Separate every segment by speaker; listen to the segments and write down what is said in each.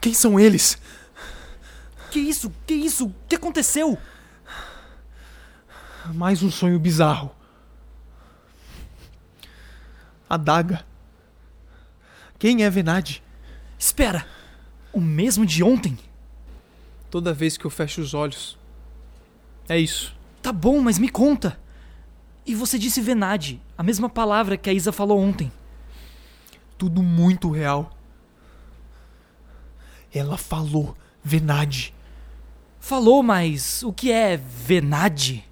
Speaker 1: Quem são eles?
Speaker 2: Que isso? Que isso? O que aconteceu?
Speaker 1: Mais um sonho bizarro. A daga. Quem é Venade?
Speaker 2: Espera! O mesmo de ontem?
Speaker 1: Toda vez que eu fecho os olhos. É isso.
Speaker 2: Tá bom, mas me conta. E você disse Venade, a mesma palavra que a Isa falou ontem.
Speaker 1: Tudo muito real. Ela falou Venade.
Speaker 2: Falou, mas o que é Venade?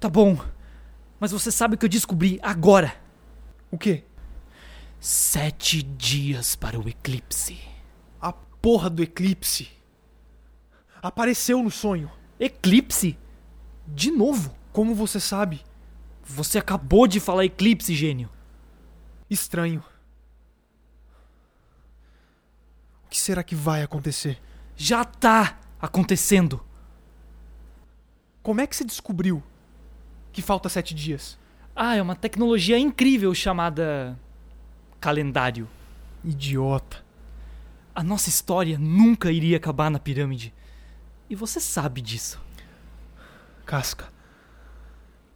Speaker 2: Tá bom, mas você sabe o que eu descobri agora.
Speaker 1: O quê?
Speaker 2: Sete dias para o eclipse.
Speaker 1: A porra do eclipse. Apareceu no sonho.
Speaker 2: Eclipse? De novo?
Speaker 1: Como você sabe?
Speaker 2: Você acabou de falar eclipse, gênio.
Speaker 1: Estranho. O que será que vai acontecer?
Speaker 2: Já tá acontecendo.
Speaker 1: Como é que você descobriu que falta sete dias?
Speaker 2: Ah, é uma tecnologia incrível chamada. calendário.
Speaker 1: Idiota.
Speaker 2: A nossa história nunca iria acabar na pirâmide. E você sabe disso.
Speaker 1: Casca.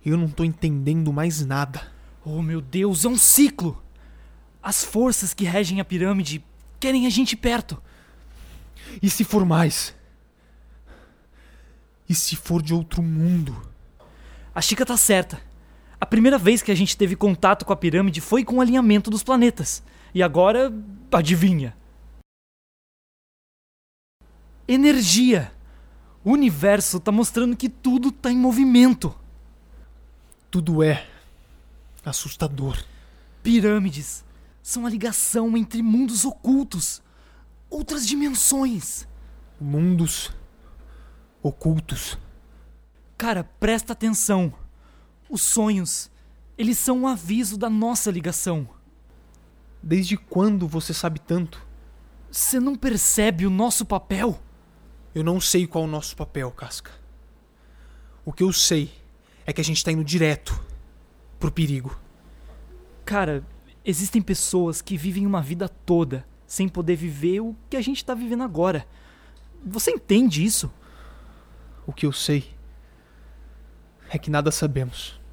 Speaker 1: Eu não tô entendendo mais nada.
Speaker 2: Oh, meu Deus, é um ciclo! As forças que regem a pirâmide querem a gente perto.
Speaker 1: E se for mais? E se for de outro mundo?
Speaker 2: A Chica tá certa. A primeira vez que a gente teve contato com a pirâmide foi com o alinhamento dos planetas. E agora, adivinha? Energia! O universo tá mostrando que tudo tá em movimento.
Speaker 1: Tudo é assustador.
Speaker 2: Pirâmides são a ligação entre mundos ocultos, outras dimensões.
Speaker 1: Mundos ocultos.
Speaker 2: Cara, presta atenção. Os sonhos, eles são um aviso da nossa ligação.
Speaker 1: Desde quando você sabe tanto?
Speaker 2: Você não percebe o nosso papel?
Speaker 1: Eu não sei qual é o nosso papel, Casca. O que eu sei é que a gente tá indo direto pro perigo.
Speaker 2: Cara, existem pessoas que vivem uma vida toda sem poder viver o que a gente tá vivendo agora. Você entende isso?
Speaker 1: O que eu sei é que nada sabemos.